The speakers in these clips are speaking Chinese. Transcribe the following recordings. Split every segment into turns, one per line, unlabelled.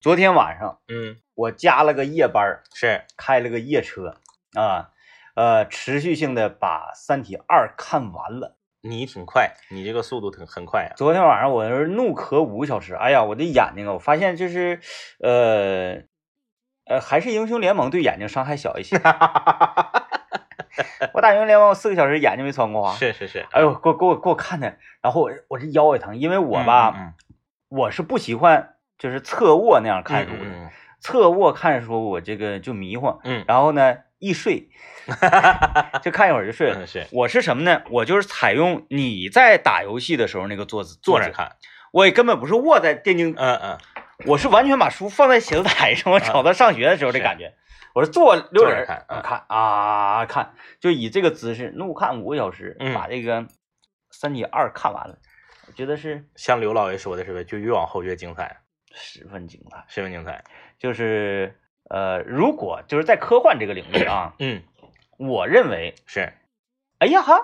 昨天晚上
嗯，
我加了个夜班儿，
是
开了个夜车啊，呃，持续性的把《三体二》看完了。
你挺快，你这个速度挺很快啊。
昨天晚上我是怒咳五个小时，哎呀，我的眼睛啊，我发现就是，呃，呃，还是英雄联盟对眼睛伤害小一 些。我打英雄联盟我四个小时眼睛没穿过啊。
是是是，
哎呦，给我给我给我看的，然后我我这腰也疼，因为我吧，
嗯
我是不喜欢就是侧卧那样看书的，
嗯嗯
侧卧看书我这个就迷糊，
嗯
然后呢易 睡，就看一会儿就睡了。
嗯是
我是什么呢？我就是采用你在打游戏的时候那个坐姿坐着看，
看，
我也根本不是卧在电竞，
嗯嗯，
我是完全把书放在写字台上，我找到上学的时候这
是
感觉，我是坐溜人
坐着看嗯
看啊看，就以这个姿势怒看五个小时，
嗯
把这个《三体二》看完了，我觉得是
像刘老爷说的是呗，就越往后越精彩，
十分精彩。
十分精彩。，
就是呃，如果就是在科幻这个领域啊
嗯，
我认为，
是，
哎呀哈，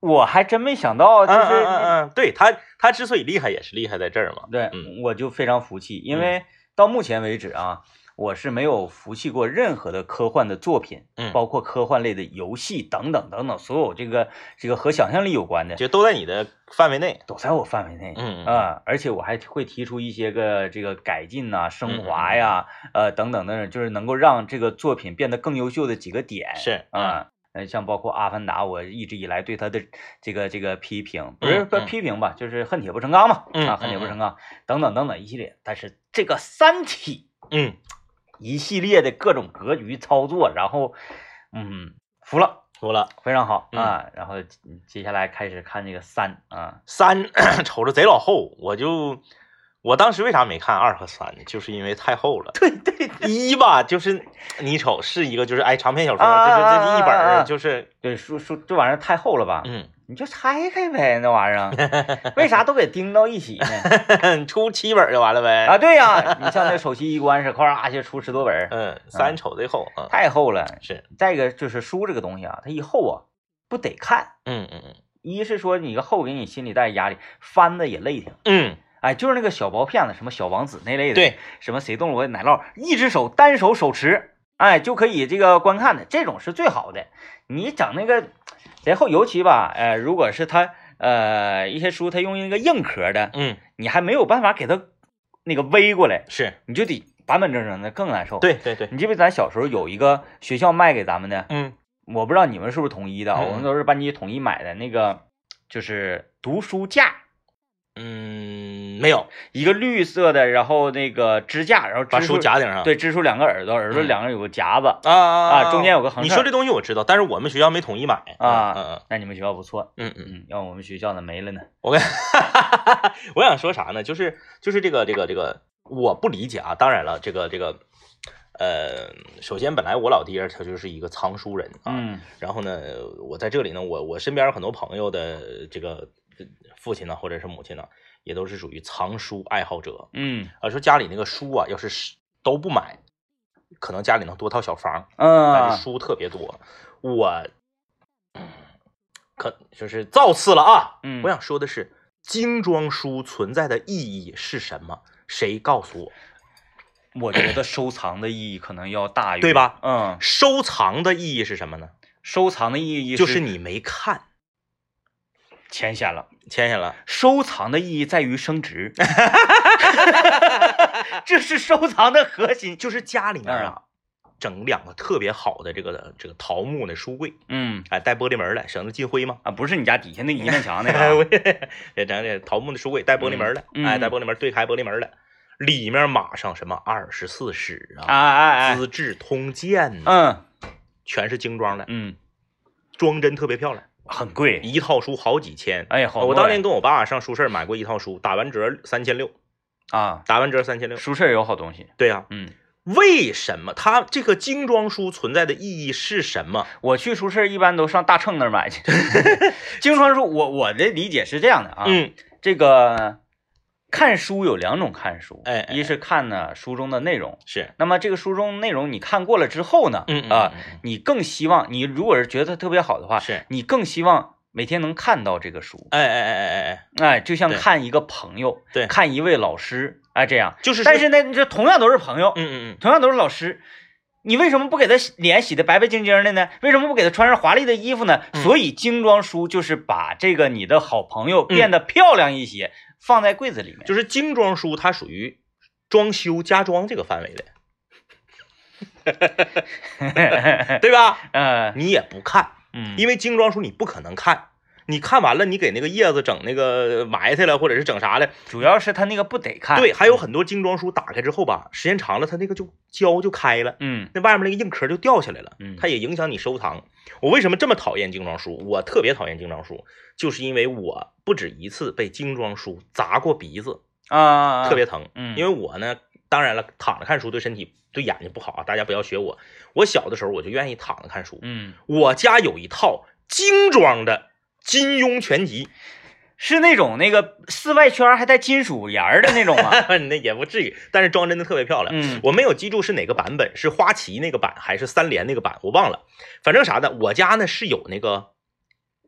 我还真没想到，
嗯
就是、
嗯嗯嗯，对他他之所以厉害，也是厉害在这儿嘛。
对，
嗯
我就非常服气，因为到目前为止啊，我是没有服气过任何的科幻的作品，
嗯
包括科幻类的游戏等等等等，所有这个这个和想象力有关的，
就都在你的范围内。
都在我范围内。
嗯嗯嗯
啊、而且我还会提出一些个这个改进呐、
嗯
升华呀、呃等等等等，就是能够让这个作品变得更优秀的几个点。
是嗯
啊，呃，像包括《阿凡达》，我一直以来对他的这个这个批评，不是
嗯
不
嗯
批评吧，就是恨铁不成钢嘛，
嗯
啊，
嗯
恨铁不
嗯
成钢等等等等一系列。但是这个《三体
嗯，》
一系列的各种格局操作，然后，嗯，服了，
服了
非常好
嗯
啊。然后接下来开始看这个三啊，
三， 瞅着贼老厚，我就我当时为啥没看二和三，就是因为太厚了。
对对
一吧，就是你瞅是一个，就是哎，长篇小说，
啊
这
啊
这这一本
啊啊
儿就是，
对，书书这玩意儿太厚了吧？
嗯，
你就拆开呗，那玩意 儿为啥都给钉到一起呢？
嗯出七本儿就完了呗。
啊，对呀、你像那首席医官是咵就出十多本儿，
嗯，三瞅贼厚啊，
太厚了。
是，
再一个就是书这个东西啊，它一厚啊，不得看。
嗯嗯
一是说你一个厚给你心里带压力，翻的也累挺。
嗯
哎，就是那个小薄片子，什么小王子那类的，，
嗯，对，
什么谁动了我的奶酪，一只手单手手持，哎，就可以这个观看的，这种是最好的。你整那个贼厚，尤其吧，呃，如果是它呃一些书，它用那个硬壳的，
嗯
你还没有办法给它那个微过来，
是，
你就得板板正正的，更难受。，
对对对，
你记不记得咱小时候有一个学校卖给咱们的，
嗯
我不知道你们是不是统一的啊，
嗯
我们都是班级统一买的那个，就是读书架，
嗯，没有，
一个绿色的，然后那个支架，然后
把
支
书
出
夹顶上，
对，支出两个耳朵，耳朵
嗯
两个有个夹子。
啊啊
啊中间有个横
你
扇
说这东西我知道，但是我们学校没统一买
啊
嗯
那你们学校不错，
嗯嗯嗯，
嗯，要我们学校呢没了呢。
我跟， 我想说啥呢？就是就是这个这个这个，我不理解啊。当然了，这个这个，呃，首先本来我老爹儿他就是一个藏书人啊，
嗯
然后呢，我在这里呢，我我身边有很多朋友的这个呃父亲呢，或者是母亲呢，也都是属于藏书爱好者
嗯
啊。说家里那个书啊，要是是都不买，可能家里能多套小房，但
嗯
是，书特别多。我嗯可就是造次了啊！
嗯
我想说的是，精装书存在的意义是什么？谁告诉我？
我觉得收藏的意义可能要大于，
对吧？
嗯，
收藏的意义是什么呢？
收藏的意义
就是你没看，
浅显了，
签下了。
收藏的意义在于升值，
哎
这是收藏的核心。
就是家里面啊，
嗯
整两个特别好的这个这个桃木的书柜，
嗯
哎，带玻璃门的，省得进灰嘛。
啊，不是你家底下那一面墙那
哎，我
个啊，
这咱这桃木的书柜带玻璃门的，
嗯嗯
哎，带玻璃门对开玻璃门的，里面码上什么二十四史啊，
哎哎哎，
资治通鉴》呐，
嗯
全是精装的，
嗯，
装帧特别漂亮，
很贵，
一套书好几千。
哎呀，好
我
贵
当年跟我爸上书市买过一套书，打完折三千六，
啊，
打完折三千六。
书市有好东西，
对呀、啊
嗯，
为什么它这个精装书存在的意义是什么？
我去书市一般都上大秤那儿买去。 精装书，我我的理解是这样的啊，
嗯，
这个看书有两种看书，
哎哎
一是看呢书中的内容，
是，
那么这个书中内容你看过了之后呢，
嗯
啊，，
嗯啊
你更希望你如果是觉得特别好的话，
是
你更希望每天能看到这个书，
哎哎哎哎哎
哎，就像
对
看一个朋友，
对
看一位老师，哎，这样。
就是
但是呢，你这同样都是朋友，
嗯嗯嗯，
同样都是老师，你为什么不给他洗脸洗的白白净净的呢？为什么不给他穿上华丽的衣服呢？
嗯
所以精装书就是把这个你的好朋友变得漂亮一些，放在柜子里面。
嗯就是精装书，它属于装修家装这个范围的，对吧？
呃，
你也不看，
嗯，
因为精装书你不可能看，你看完了你给那个叶子整那个埋汰了，或者是整啥的，
主要是他那个不得看。
对，还有很多精装书打开之后吧，时间长了它那个就胶就开了。
嗯，
那外面那个硬壳就掉下来了
嗯，
它也影响你收藏。我为什么这么讨厌精装书？我特别讨厌精装书，就是因为我不止一次被精装书砸过鼻子，
啊啊，啊
特别疼。
嗯，
因为我呢，当然了，躺着看书对身体对眼睛不好啊，大家不要学我。我小的时候我就愿意躺着看书，
嗯
我家有一套精装的金庸全集，
是那种那个四外圈还带金属沿儿的那种吗？
那也不至于，但是装真的特别漂亮。
嗯
我没有记住是哪个版本，是花旗那个版还是三联那个版，我忘了。反正啥的，我家呢是有那个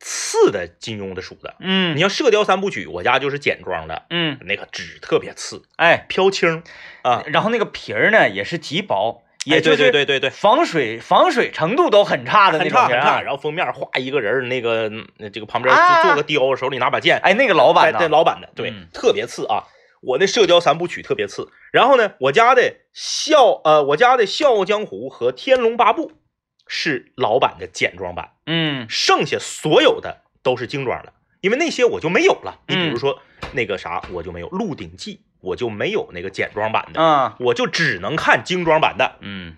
次的金庸的书的。你
嗯
要《射雕三部曲》，我家就是简装的，
嗯，
那个纸特别次，
哎，
飘青啊，
然后那个皮儿呢也是极薄，也
哎
就
对对
是
对对对，
防水防水程度都很差的那
很
种
差
皮
很
儿
差。
啊。
然后封面画一个人儿，那个嗯这个旁边
啊
做做个雕，手里拿把剑，
哎，那个老板
哎，
呢？
对，老版的，对
嗯，
特别次啊。我的《射雕三部曲》特别次，然后呢，我家的《笑》呃，我家的《笑傲江湖》和《天龙八部》是老版的简装版，
嗯
剩下所有的都是精装的，因为那些我就没有了。你比
嗯
如说那个啥，我就没有《鹿鼎记》，我就没有那个简装版的，
啊
我就只能看精装版的，
嗯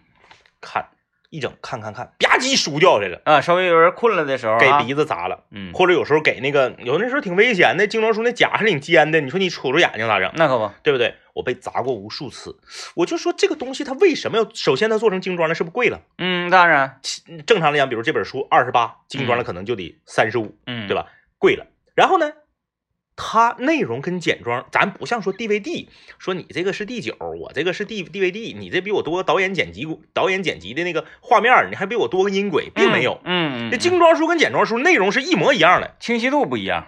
看一整看看看，吧唧书掉下来了，
啊，稍微有人困了的时候、啊，
给鼻子砸了。
嗯，
或者有时候给那个，有那时候挺危险的，精装书那假还挺尖的，你说你杵住眼睛咋整？
那可不，
对不对？我被砸过无数次，我就说这个东西它为什么要？首先它做成精装的，是不是贵了？
嗯，当然，
其正常来讲，比如这本书二十八，精装的可能就得三十五，
嗯，
对？吧？贵了。然后呢，它内容跟简装，咱不像说 DVD，说你这个是第九，我这个是 D DVD，你这比我多个导演剪辑，导演剪辑的那个画面，你还比我多个音轨，并没有。
嗯，嗯，
这
嗯
精装书跟简装书内容是一模一样的，
清晰度不一样。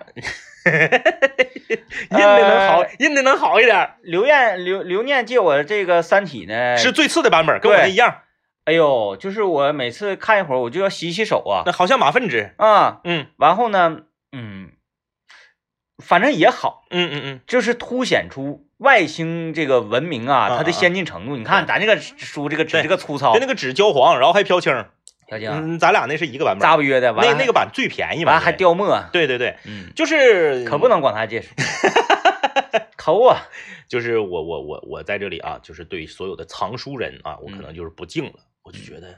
印的能好
呃，
印的能好一点，
刘艳刘刘念借我这个《三体》呢，
是，最次的版本，跟我那
哎对
一样，
哎呦，就是我每次看一会儿，我就要洗洗手啊
那，好像马粪纸，
啊，
嗯
然后呢，嗯，反正也好，
嗯嗯嗯。
就是凸显出外星这个文明啊，
啊
它的
啊
先进程度。你看咱这个书这个纸
对
这个粗糙
就，那个纸焦黄，然后还飘青儿。
小静啊
嗯，咱俩那是一个版本。
扎不约的，完
那
了
那个版最便宜
啊完
嘛，
了还掉墨，
对对对，
嗯，
就是
可不，能管他借书，抠啊，
就是我我我我在这里啊，就是对所有的藏书人
嗯
啊，我可能就是不敬了，我就觉得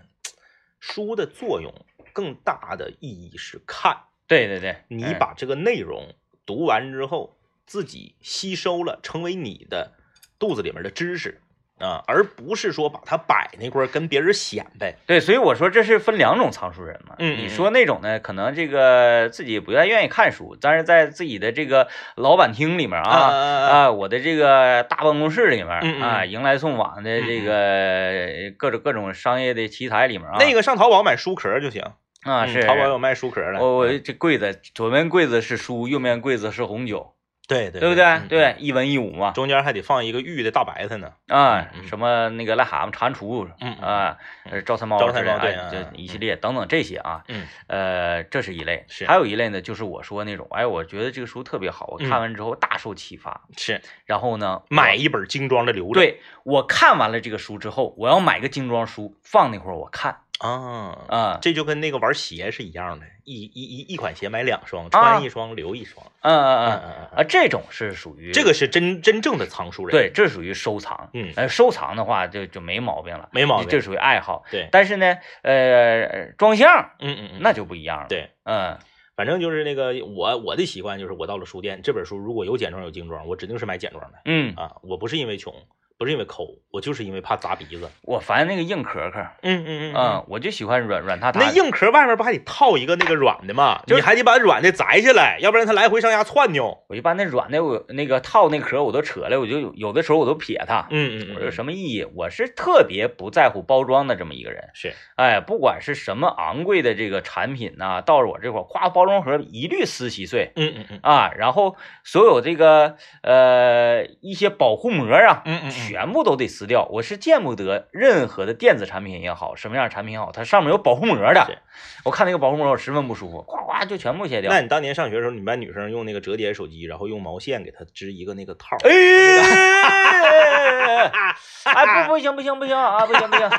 书的作用更大的意义是看，
对对对，
你
嗯
把这个内容读完之后，自己吸收了，成为你的肚子里面的知识啊，而不是说把它摆那块儿跟别人显摆。
对，所以我说这是分两种藏书人嘛。
嗯嗯
你
嗯
说那种呢，可能这个自己不太愿意看书，但是在自己的这个老板厅里面啊。
啊，
啊，我的这个大办公室里面
嗯嗯
啊，
嗯
迎来送往的这个各种各种商业的奇才里面啊，
那个上淘宝买书壳儿就行。
个啊
嗯
是
淘宝有卖书壳的。嗯
我我这柜子左边柜子是书，右边柜子是红酒，
对对
对不对？，
对嗯
对，一文一武嘛
嗯。中间还得放一个玉的大白菜呢。
啊
嗯，嗯
什么那个癞蛤蟆、蟾蜍
嗯
啊，呃，招财猫
招财
之类
猫对
的哎
嗯
这
嗯
一系列等等这些啊，
嗯，
呃，这是一类，
是
还有一类呢，就是我说那种，哎，我觉得这个书特别好，我看
嗯
完之后大受启发，
是
然后呢，我
买一本精装的留着。
对我看完了这个书之后，我要买个精装书放那会儿我看
啊，
啊，
这就跟那个玩鞋是一样的，一一一一款鞋买两双，
啊
穿一双留一双。
嗯嗯
嗯
嗯
嗯嗯，
啊，这种是属于
这个是真真正的藏书人，，
对，这属于收藏，
嗯
呃，收藏的话就就没毛病了，
没毛
这
病。
属于爱好，
对，
但是呢，呃，装箱
嗯嗯嗯，
那就不一样了，
对。
嗯。
反正就是那个我我的习惯就是我到了书店，这本书如果有简装有精装，我指定是买简装的
嗯
啊。我不是因为穷，不是因为抠，我就是因为怕砸鼻子。
我烦那个硬壳壳，
嗯嗯
嗯，我就喜欢软软塌塌的。
那硬壳外面不还得套一个那个软的吗？
就是
你还得把软的摘下来，要不然它来回上下窜悠。
我一般那软的我那个套那壳我都扯了，我就有有的时候我都撇它。
嗯嗯嗯，
我有什么意义？我是特别不在乎包装的这么一个人，
是
哎，不管是什么昂贵的这个产品呐、到了我这块儿，夸包装盒一律撕稀碎
嗯嗯嗯
啊，然后所有这个呃一些保护膜啊，
嗯嗯嗯，
全部都得撕掉。我是见不得任何的电子产品也好，什么样的产品也好，它上面有保护膜
是
的。我看那个保护膜，我十分不舒服，夸夸就全部卸掉。
那你当年上学的时候，你们班女生用那个折叠手机，然后用毛线给它织一个那个套儿。哎
哎， 哎不不行不行不行啊不行 不行！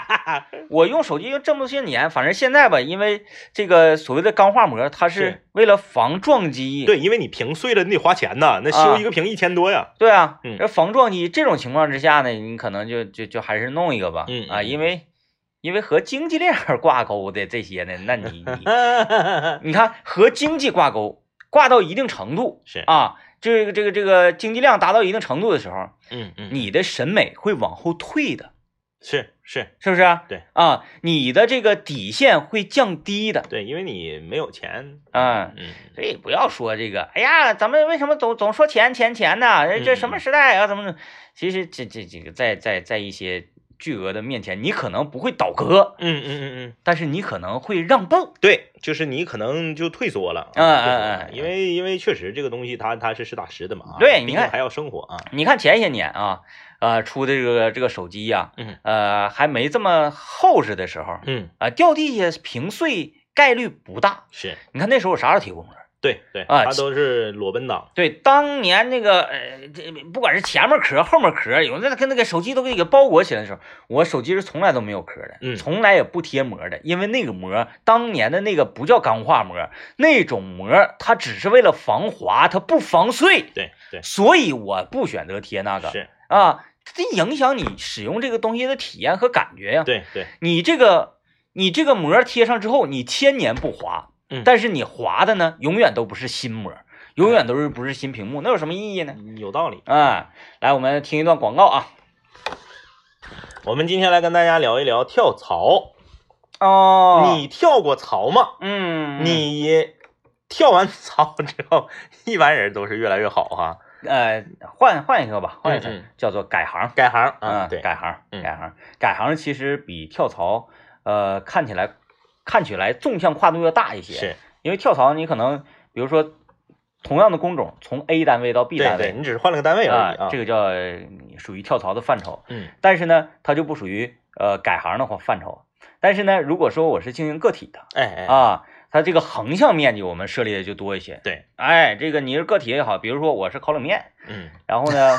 我用手机用这么些年，反正现在吧，因为这个所谓的钢化膜，它
是
是为了防撞击。
对，因为你屏碎了，你得花钱呐，那修一个屏一千多 呀。
对啊
嗯，
这防撞击这种情况之下呢，你可能就就就还是弄一个吧。
嗯
啊，
嗯
因为因为和经济链儿挂钩的这些呢，那你你
啊
你看和经济挂钩，挂到一定程度
是，
啊，这个这个这个经济量达到一定程度的时候，
嗯嗯，
你的审美会往后退的，
是是，
是不是啊？
对
啊，你的这个底线会降低的，
对，因为你没有钱。
嗯。
嗯，
所以不要说这个，哎呀，咱们为什么总总说钱钱钱呢？这这什么时代啊？怎么怎么？其实这这这个在在在一些巨额的面前，你可能不会倒戈，
嗯嗯嗯嗯，
但是你可能会让步。
对，就是你可能就退缩了，
嗯
啊，退缩
嗯
了
嗯
因为因为确实这个东西它它是实打实的嘛，啊
对
毕
你
竟
看
还要生活啊，
你看前些年啊，呃，出的这个这个手机呀、
嗯
呃，还没这么厚实的时候，啊、
嗯，
掉地下屏碎概率不大。
是
你看那时候我啥时候提供了？
对对，
啊
它都是裸奔党，
对，当年那个呃，这不管是前面壳后面壳，有的跟那个手机都给给包裹起来的时候，我手机是从来都没有壳的，
嗯
从来也不贴膜的，因为那个膜当年的那个不叫钢化膜，那种膜它只是为了防滑，它不防碎，
对对
所以我不选择贴那个
是，
啊，它影响你使用这个东西的体验和感觉呀。
对对，
你这个你这个膜贴上之后，你千年不滑，
嗯
但是你滑的呢，永远都不是新膜，永远都是不是新屏幕，那有什么意义呢？
嗯有道理。
啊，来，我们听一段广告啊。
我们今天来跟大家聊一聊跳槽，
哦
你跳过槽吗？
嗯，
你跳完槽之后，一般人都是越来越好哈，
呃，换换一个吧，换一个、
嗯嗯
叫做改行。
改行
嗯，
啊，对，
改行，
嗯
改行，改行其实比跳槽，呃，看起来看起来纵向跨度要大一些。
是，
因为跳槽你可能，比如说同样的工种，从 A 单位到 B
对
单
对，
位
你只是换了个单位而已啊，
这个
个，
叫呃属于跳槽的范畴。
嗯
但是呢，它就不属于呃改行的话范畴。但是呢，如果说我是经营个体的
哎哎，
啊，它这个横向面积我们设立的就多一些。
对，
哎，这个你是个体也好，比如说我是烤冷面，
嗯
然后 呢，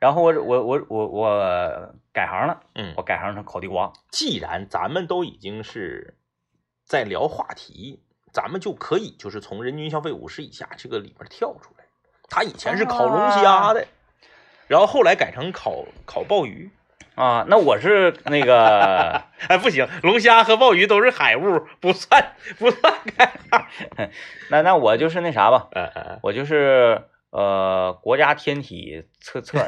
然后我我我我我改行了，
嗯
我，改行成烤地瓜。
既然咱们都已经是在聊话题，咱们就可以就是从人均消费五十以下这个里面跳出来。他以前是烤龙
啊
虾的，然后后来改成烤烤鲍鱼。
啊，那我是那 个
哎，不行，龙虾和鲍鱼都是海物，不算不算改。
那那我就是那啥吧，
呃呃，
我就是呃国家天体测测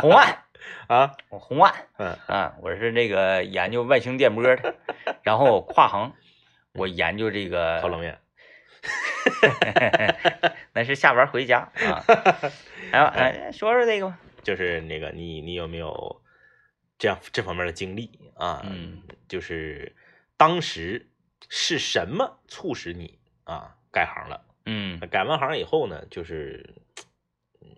红外，
啊，
我红外，
嗯
啊，我是这个研究外星电波的，然后跨行，我研究这个
烤冷面。
那是下班回家 啊。然后哎，说说这个吧，
就是那个你你有没有这样这方面的经历啊？
嗯，
就是当时是什么促使你啊改行了？
嗯，
改完行以后呢，就是，嗯，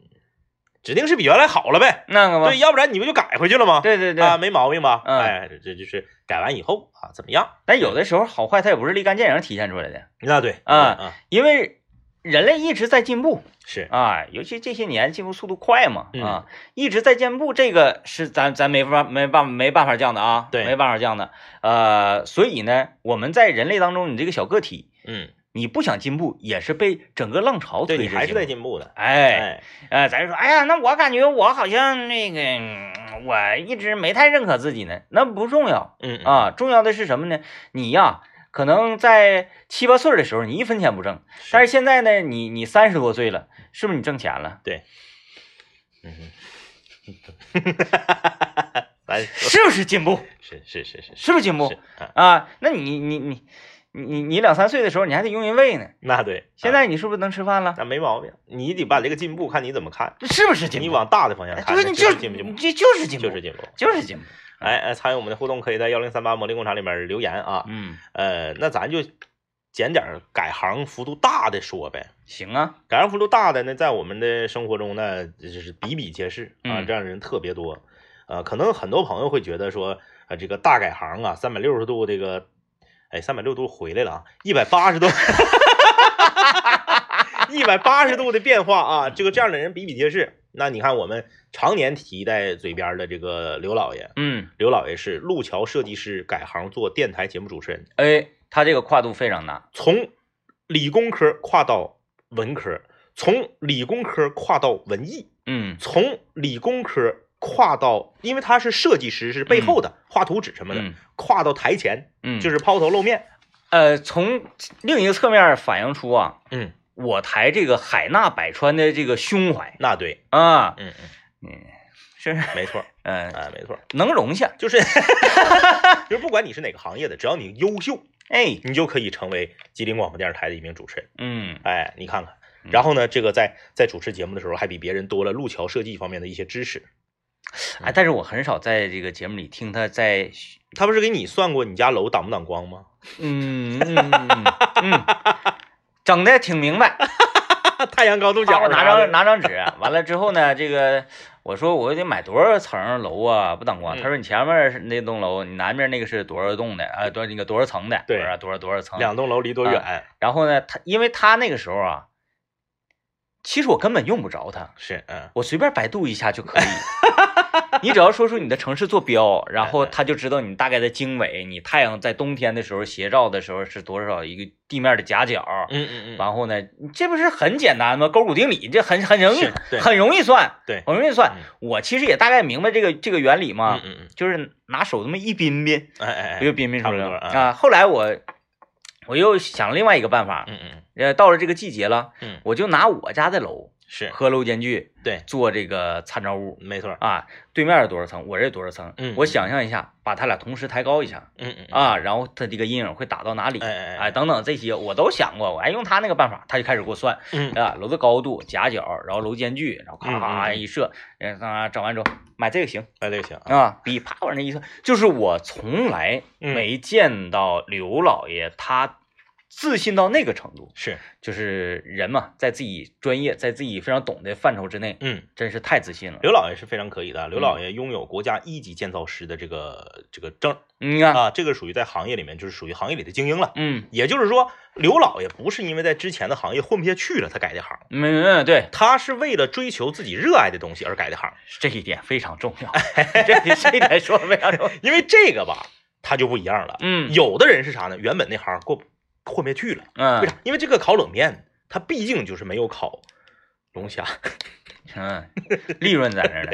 指定是比原来好了呗。
那个吧
对，，要不然你不就改回去了吗？
对对对
啊，，没毛病吧？
嗯
哎，这就是改完以后啊，怎么样？
但有的时候好坏它也不是立竿见影体现出来的，
那对，
啊
啊，
因为人类一直在进步
是，
啊，尤其这些年进步速度快嘛
嗯
啊，一直在进步，这个是咱咱没法没办没办法降的啊，
对
没办法降的。呃，所以呢，我们在人类当中，你这个小个体。
嗯，
你不想进步，也是被整个浪潮推
对
着
你还是在
进步。
进步的。
哎，
哎，
呃，咱就说，哎呀，那我感觉我好像那个，嗯我一直没太认可自己呢。那不重要
嗯，
啊，重要的是什么呢？你呀，可能在七八岁的时候，你一分钱不挣，但是现在呢，你你三十多岁了，是不是你挣钱了？
嗯哼咱说
是不是进步？
是是是 是
是不是进步
是啊，
啊？那你你你你你你两三岁的时候你还得用人喂呢，
那对，
现
啊
在你是不是能吃饭了？
那没毛病，你得把这个进步看你怎么看，
这是不是进步？
你往大的方向
哎
看，
对，
那
你
知道
就
进步进
你
步
这就是进步，
就是进步。
就是进步。
哎哎，参与我们的互动，可以在幺零三八魔力工厂里面留言啊。
嗯，
呃，那咱就捡点儿改行幅度大的说呗。
行啊，
改行幅度大的呢，在我们的生活中呢，就是比比皆是啊，
嗯
这样的人特别多。呃，可能很多朋友会觉得说，呃，这个大改行啊，三百六十度这个，哎，三百六十度回来了啊，一百八十度，一百八十度的变化啊，这个这样的人比比皆是。那你看我们常年提在嘴边的这个刘老爷，
嗯，
刘老爷是路桥设计师，改行做电台节目主持人，
哎，他这个跨度非常大，
从理工科跨到文科，从理工科跨到文艺，
嗯
从理工科跨到，因为他是设计师，是背后的、画图纸什么的，
嗯
跨到台前
嗯，
就是是抛头露面。
呃，从另一个侧面反映出啊，
嗯，
我台这个海纳百川的这个胸怀
那对，
啊，
嗯，
嗯，是不是，
嗯，没错，
嗯、
哎，没错，
能容下，
就是 就是不管你是哪个行业的，只要你优秀，
哎，
你就可以成为吉林广播电视台的一名主持人。
嗯
哎，你看看。
嗯
然后呢，这个在在主持节目的时候，还比别人多了路桥设计方面的一些知识。
哎，但是我很少在这个节目里听他在，
他不是给你算过你家楼挡不挡光吗？
嗯嗯嗯嗯，整的挺明 白，
啊太阳高度
叫
角
我
儿
拿
啥的
张拿张纸，完了之后呢，这个我说我得买多少层楼啊？不挡光，
嗯
他说你前面是那栋楼，你南面那个是多少栋的啊？多那个多少层的？
对
我说多少多少层？
两栋楼离多远？
然后呢，他因为他那个时候啊，其实我根本用不着他，
是，嗯，
我随便百度一下就可以。你只要说出你的城市坐标，然后他就知道你大概的经纬，你太阳在冬天的时候斜照的时候是多少一个地面的夹角，
嗯嗯嗯，
然后呢，这不是很简单吗？勾股定理，这很很容易
是，对
很容易算，
对
很容易算
嗯。
我其实也大概明白这个这个原理嘛
嗯，嗯
就是拿手这么一彬彬，
嗯，哎哎
我
哎，
就彬彬出来
差不
了
多啊
啊。后来我我又想了另外一个办法，
嗯嗯
呃，到了这个季节了，
嗯，
我就拿我家的楼
是，
和楼间距
对，
做这个参照物
没错儿，
啊，对面有多少层，我这有多少层
嗯，
我想象一下，把它俩同时抬高一下
嗯嗯，嗯
啊，然后它这个阴影会打到哪里？
哎哎
哎，，等等这些我都想过，我还用他那个办法，他就开始给我算
嗯，
啊，楼的高度、夹角，然后楼间距，然后咔咔
嗯嗯嗯
一设，然后啊整完之后买这个行
哎，这个行啊，
啊，比啪往那一算，就是我从来
嗯
没见到刘老爷他自信到那个程度，
是，
就是人嘛，在自己专业、在自己非常懂的范畴之内，
嗯，
真是太自信了。
刘老爷是非常可以的，啊刘老爷拥有国家一级建造师的这个这个证
你看，
啊，这个属于在行业里面就是属于行业里的精英了。
嗯，
也就是说，刘老爷不是因为在之前的行业混不下去了，他改的行，
没没嗯对，
他是为了追求自己热爱的东西而改的行。
这一点非常重要， 这这一点说的非常重要。
因为这个吧，他就不一样了。
嗯
有的人是啥呢？原本那行过混不下去了，为
嗯
啥？因为这个烤冷面，它毕竟就是没有烤龙虾，
嗯，利润在那儿 呢，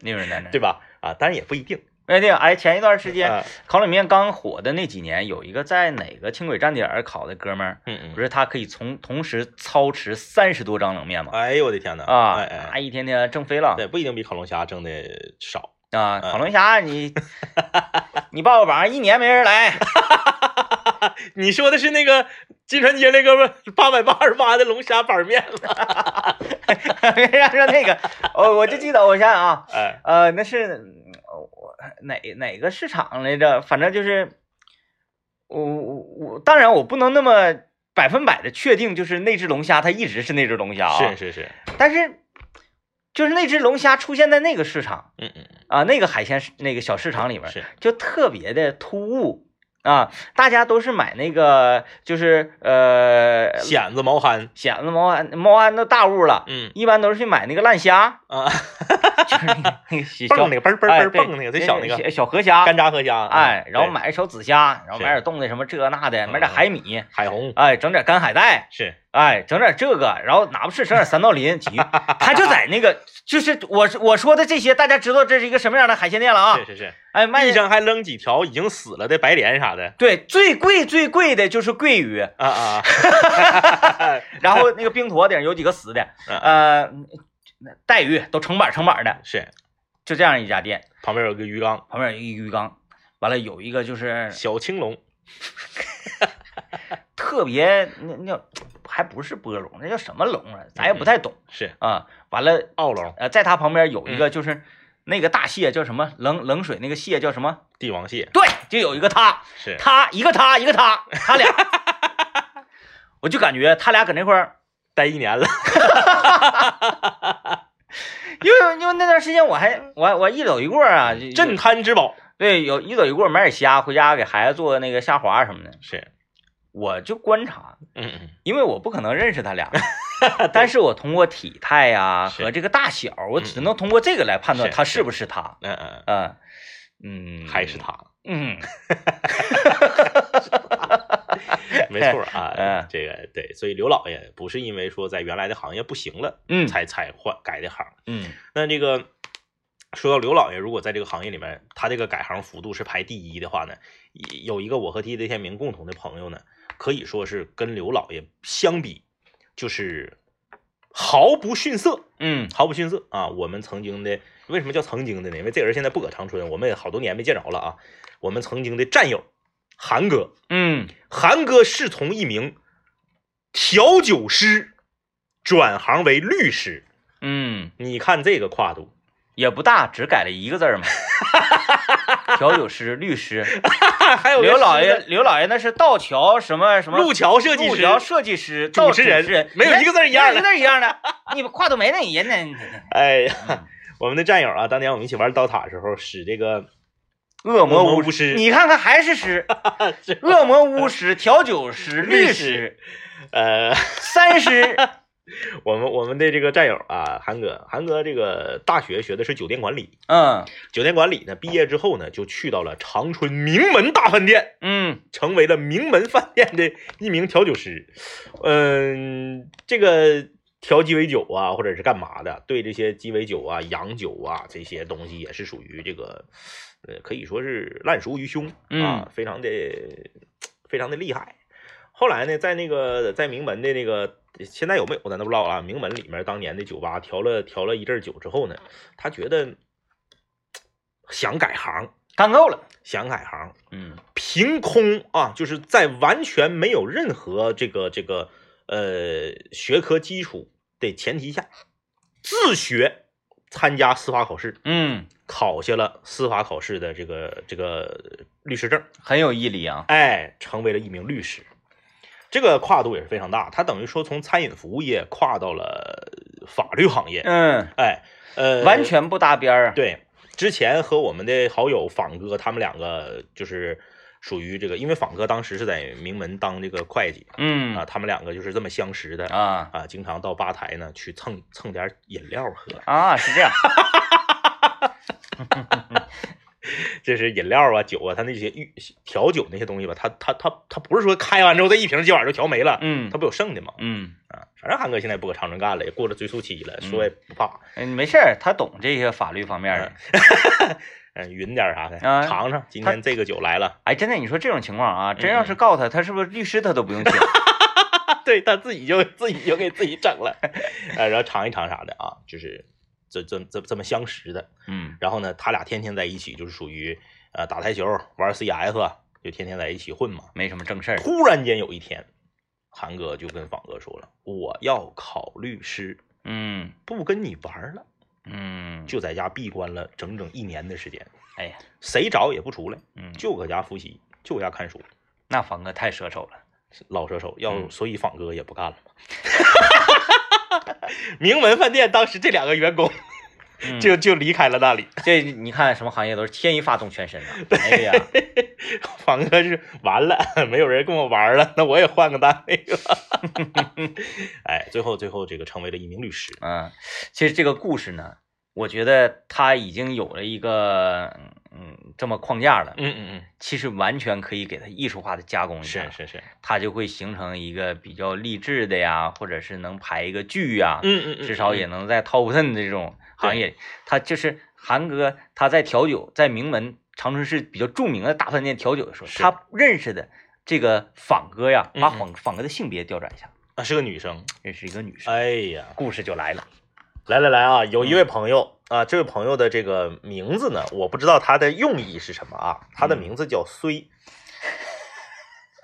利润在那儿。
对吧？啊，当然也不一定。
哎对，哎，前一段时间
啊
烤冷面刚火的那几年，有一个在哪个轻轨站点儿烤的哥们儿，
嗯
不
嗯。
是他可以从同时操持三十多张冷面吗？
哎呦我的天哪！
啊，
哎哎，
啊一天天挣飞了
对，不一定比烤龙虾挣的少。
啊！
哎
烤龙虾 你你报个榜，一年没人来，
你说的是那个金川街那个八百八十八的龙虾板面吗？
别让说那个，哦我我就记得，我想想啊，
哎，
呃，那是嗯我哪哪个市场来着？反正就是，我我我，当然我不能那么百分百的确定，就是那只龙虾它一直是那只龙虾啊。
是。是是，
但是，就是那只龙虾出现在那个市场
嗯嗯嗯，
啊、那个海鲜市那个小市场里面，
是
就特别的突兀啊！大家都是买那个，就是呃，
蚬子毛蚶，
蚬子、毛蚶、毛蚶都啊大物了。
嗯
一般都是去买那个烂虾，
啊，
就是那个 那个小
蹦那个嘣嘣
哎
嘣
对
蹦那个最小那个
小小河虾，
干炸河虾，
哎，
嗯
然后
对
买一手紫虾，然后
是
买点冻的什么这那的，
嗯
买点海米，
海虹，
哎，整点干海带，
是
哎，整点这个，然后哪不是整点三道 鳞，急，他就在那个，就是我我说的这些，大家知道这是一个什么样的海鲜店了啊
是？是是。
哎，卖
地上还扔几条已经死了的白莲啥的。
对最贵最贵的就是桂鱼，
啊 啊，
然 后那个冰坨顶有几个死的，
嗯
呃，带鱼都成板成板的，
是
就这样一家店，
旁边有个鱼缸，
旁边有一个鱼缸，完了有一个就是
小青龙，
特别那那叫还不是波龙，那叫什么龙啊？咱也不太懂
是
啊。完了，
奥龙、
呃，在它旁边有一个就是那个大蟹叫什么冷冷水那个蟹叫什么？
帝王蟹，
对，就有一个它，
是
它一个它一个它，它俩， 我就感觉他俩搁那块儿，
待一年了，
因为因为那段时间我还我还我一走一过啊，就
镇滩之宝
对有一走一过买点虾回家给孩子做那个虾滑什么的，
是，
我就观察，
嗯嗯，
因为我不可能认识他 俩，但是我通过体态呀、
是嗯
和这个大小，我只能通过这个来判断
是
他是不是他。
嗯嗯
嗯嗯，
嗯，还是他，
嗯，
没错
嗯
啊，这个对，所以刘老爷不是因为说在原来的行业不行了，
嗯
才才换改的行，
嗯
那这个说到刘老爷，如果在这个行业里面，他这个改行幅度是排第一的话呢，一有一个我和 T 的天明共同的朋友呢，可以说是跟刘老爷相比，就是毫不逊色，
嗯
毫不逊色啊！我们曾经的为什么叫曾经的呢？因为这人现在不搁长春，我们也好多年没见着了啊。我们曾经的战友韩哥，
嗯，
韩哥是从一名调酒师转行为律师，
嗯，
你看这个跨度。
也不大，只改了一个字儿 嘛。调酒师、律师，
哎 还有
刘老爷，
个
刘老爷那是道桥什么什么
路桥设计
路
师，
桥设计师、
主
道
持人
人，哎
没有
你
一个字儿一样
没有一个字儿一样的，你跨度没那一人 呢。
哎呀
嗯，
我们的战友啊，当年我们一起玩刀塔时候使这个
恶魔
魔
巫
巫师
你看看还是师，恶魔巫师、调酒师、律师、
呃，
三师，
我们我们的这个战友啊，韩哥，韩哥这个大学学的是酒店管理，
嗯
酒店管理呢，毕业之后呢，就去到了长春名门大饭店，
嗯
成为了名门饭店的一名调酒师。嗯，这个调鸡尾酒啊，或者是干嘛的，对这些鸡尾酒啊、洋酒啊这些东西也是属于这个，呃，可以说是烂熟于胸啊，非常的非常的厉害。后来呢，在那个在名门的那个，现在有没有咱都不知道啊。名门里面当年的酒吧调了调了一阵儿酒之后呢，他觉得想改行，
干够了，
想改行，
嗯
凭空啊，就是在完全没有任何这个这个呃学科基础的前提下，自学参加司法考试，
嗯，
考下了司法考试的这个这个律师证，
很有毅力啊，
哎，成为了一名律师。这个跨度也是非常大，他等于说从餐饮服务业跨到了法律行业，
嗯，
哎，呃，
完全不搭边儿啊，
对，之前和我们的好友仿哥他们两个就是属于这个，因为仿哥当时是在名门当这个会计
嗯
啊，他们两个就是这么相识的
啊
啊，经常到吧台呢去蹭蹭点饮料喝，
啊，是这样，
这是饮料啊、酒啊，他那些预调酒那些东西吧，他他他他不是说开完之后这一瓶今晚就调没了，
嗯
他不有剩的吗？
嗯，
啊，反正韩哥现在不搁长春干了，也过了追溯期了，说也不怕，
哎没事儿，他懂这些法律方面的。
嗯，匀点儿啥的，
啊
尝尝今
他
天这个酒来了，
哎，真的，你说这种情况啊，真要是告他，他是不是律师他都不用请？
啊， 对他自己就自己就给自己整了，呃，然后尝一尝啥的啊，就是这这这这么相识的。
嗯
然后呢，他俩天天在一起，就是属于呃打台球、玩 CF，就天天在一起混嘛。
没什么正事儿。
突然间有一天，韩哥就跟仿哥说了：“我要考律师，
嗯
不跟你玩了。
嗯”，
就在家闭关了整整一年的时间，
哎呀，
谁找也不出来，
嗯，
就搁家复习，就搁家看书。
那房哥太奢侈了。
老射手，要
嗯
所以仿哥也不干了嘛。 名门饭店当时这两个员工
嗯
就就离开了那里，
这你看什么行业都是牵一发动全身的。哎 呀，
仿哥是完了，没有人跟我玩了，那我也换个单位吧。 哎，最后最后这个成为了一名律师，
嗯，其实这个故事呢，我觉得它已经有了一个嗯这么框架了，
嗯嗯
其实完全可以给它艺术化的加工一
嗯，
下，
是是，
它就会形成一个比较励志的呀，或者是能排一个剧呀，
嗯嗯嗯，
至少也能在 top ten 这种行业里，他就是韩哥，他在调酒，在名门长春市比较著名的大饭店调酒的时候，
是
他认识的这个仿哥呀，
嗯
把
嗯
仿仿哥的性别调转一下，
啊是个女生，
认识一个女生，
哎呀，
故事就来了。嗯
来来来啊，有一位朋友啊，这位朋友的这个名字呢，我不知道他的用意是什么啊。他的名字叫虽，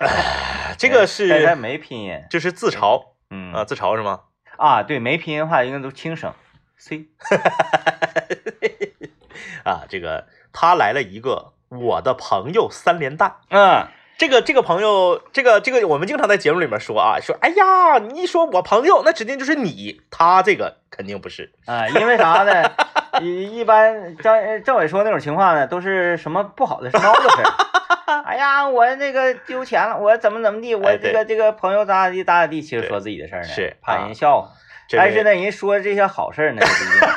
唉 这个
嗯哎但是它
是
没拼音，
就是自嘲
嗯
啊，自嘲是吗？
啊，对，没拼音的话应该都轻声，c
啊，这个他来了一个我的朋友三连弹。
嗯，
这个这个朋友，这个这个，我们经常在节目里面说啊，说哎呀，你一说我朋友，那指定就是你，他这个肯定不是。
啊，因为啥呢？一一 般张呃政委说那种情况呢，都是什么不好的事，闹的事儿。 哎呀，我那个丢钱了，我怎么怎么地，我
哎
这
对
个、这个朋友咋咋地咋咋地，其实说自己的事儿呢，
是
怕
啊
人笑话。
这
但是
位
呢，人说这些好事儿呢，不一定